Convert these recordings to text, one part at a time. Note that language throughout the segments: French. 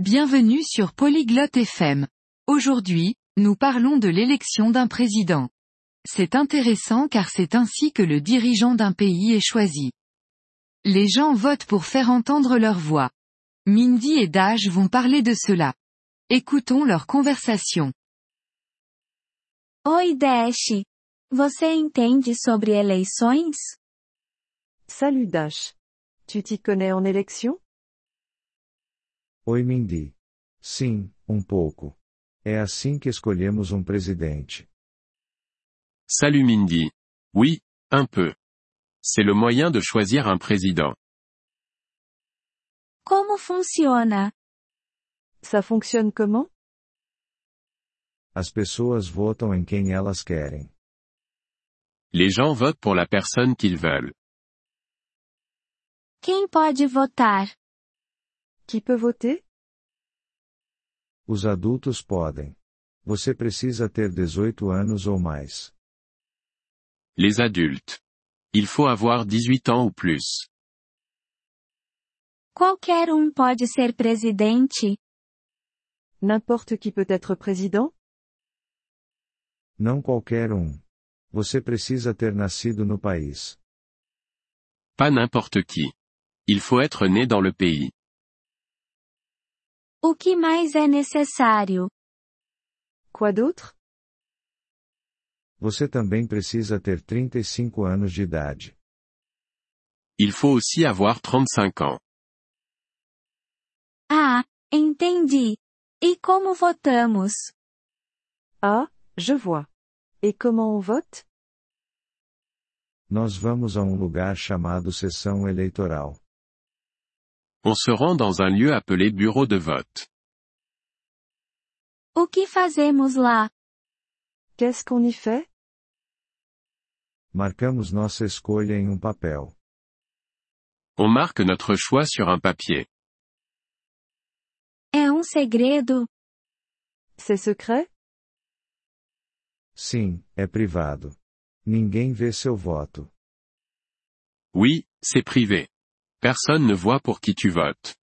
Bienvenue sur Polyglotte FM. Aujourd'hui, nous parlons de l'élection d'un président. C'est intéressant car c'est ainsi que le dirigeant d'un pays est choisi. Les gens votent pour faire entendre leur voix. Mindy et Dash vont parler de cela. Écoutons leur conversation. Oi, Dash. Você entende sobre eleições? Salut Dash. Tu t'y connais en élection Oi, Mindy. Sim, um pouco. É assim que escolhemos um presidente. Salut Mindy. Oui, un peu. C'est le moyen de choisir un président. Como funciona? Ça fonctionne comment As pessoas votam em quem elas querem. Les gens votent pour la personne qu'ils veulent. Quem pode votar? Qui peut voter Os adultos podem. Você precisa ter 18 anos ou mais. Les adultes. Il faut avoir 18 ans ou plus. Qualquer um pode ser presidente? N'importe qui peut être président Não qualquer um. Você precisa ter nascido no país. Pas n'importe qui. Il faut être né dans le pays. O que mais é necessário? Quoi d'autre Você também precisa ter 35 anos de idade. Il faut aussi avoir 35 ans. Ah, entendi. E como votamos? Ah, je vois. Et comment on vote Nós vamos a um lugar chamado sessão eleitoral. On se rend dans un lieu appelé bureau de vote. O que fazemos lá? Qu'est-ce qu'on y fait Marcamos nossa escolha em um papel. On marque notre choix sur un papier. É um segredo? C'est secret Sim, é privado. Ninguém vê seu voto. Oui, c'est privé. Personne ne voit pour qui tu votes.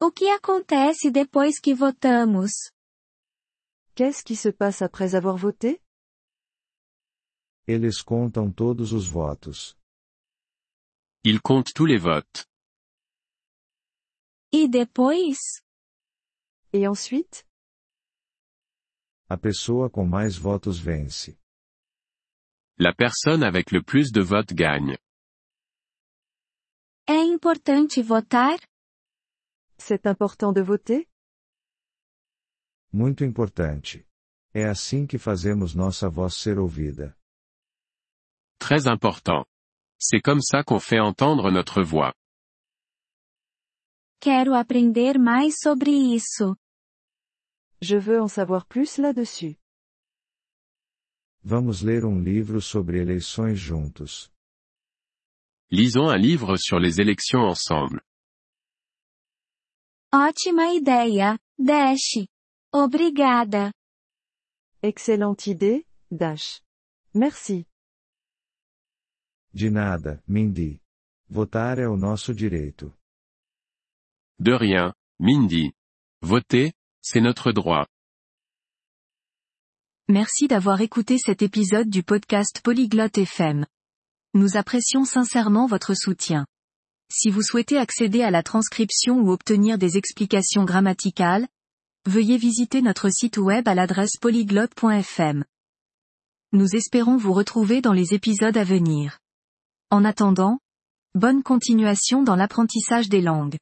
O que acontece depois que votamos? Qu'est-ce qui se passe après avoir voté Eles contam todos os votos. Il compte tous les votes. E depois? Et ensuite A pessoa com mais votos vence. La personne avec le plus de votes gagne. É importante votar? C'est important de voter Muito importante. É assim que fazemos nossa voz ser ouvida. Très important. C'est comme ça qu'on fait entendre notre voix. Quero aprender mais sobre isso. Je veux en savoir plus là-dessus. Vamos ler um livro sobre eleições juntos. Lisons un livre sur les élections ensemble. Ótima ideia, Dash. Obrigada. Excellente idée, Dash. Merci. De nada, Mindy. Votar é o nosso direito. De rien, Mindy. Voter, c'est notre droit. Merci d'avoir écouté cet épisode du podcast Polyglotte FM. Nous apprécions sincèrement votre soutien. Si vous souhaitez accéder à la transcription ou obtenir des explications grammaticales, veuillez visiter notre site web à l'adresse polyglotte.fm. Nous espérons vous retrouver dans les épisodes à venir. En attendant, bonne continuation dans l'apprentissage des langues.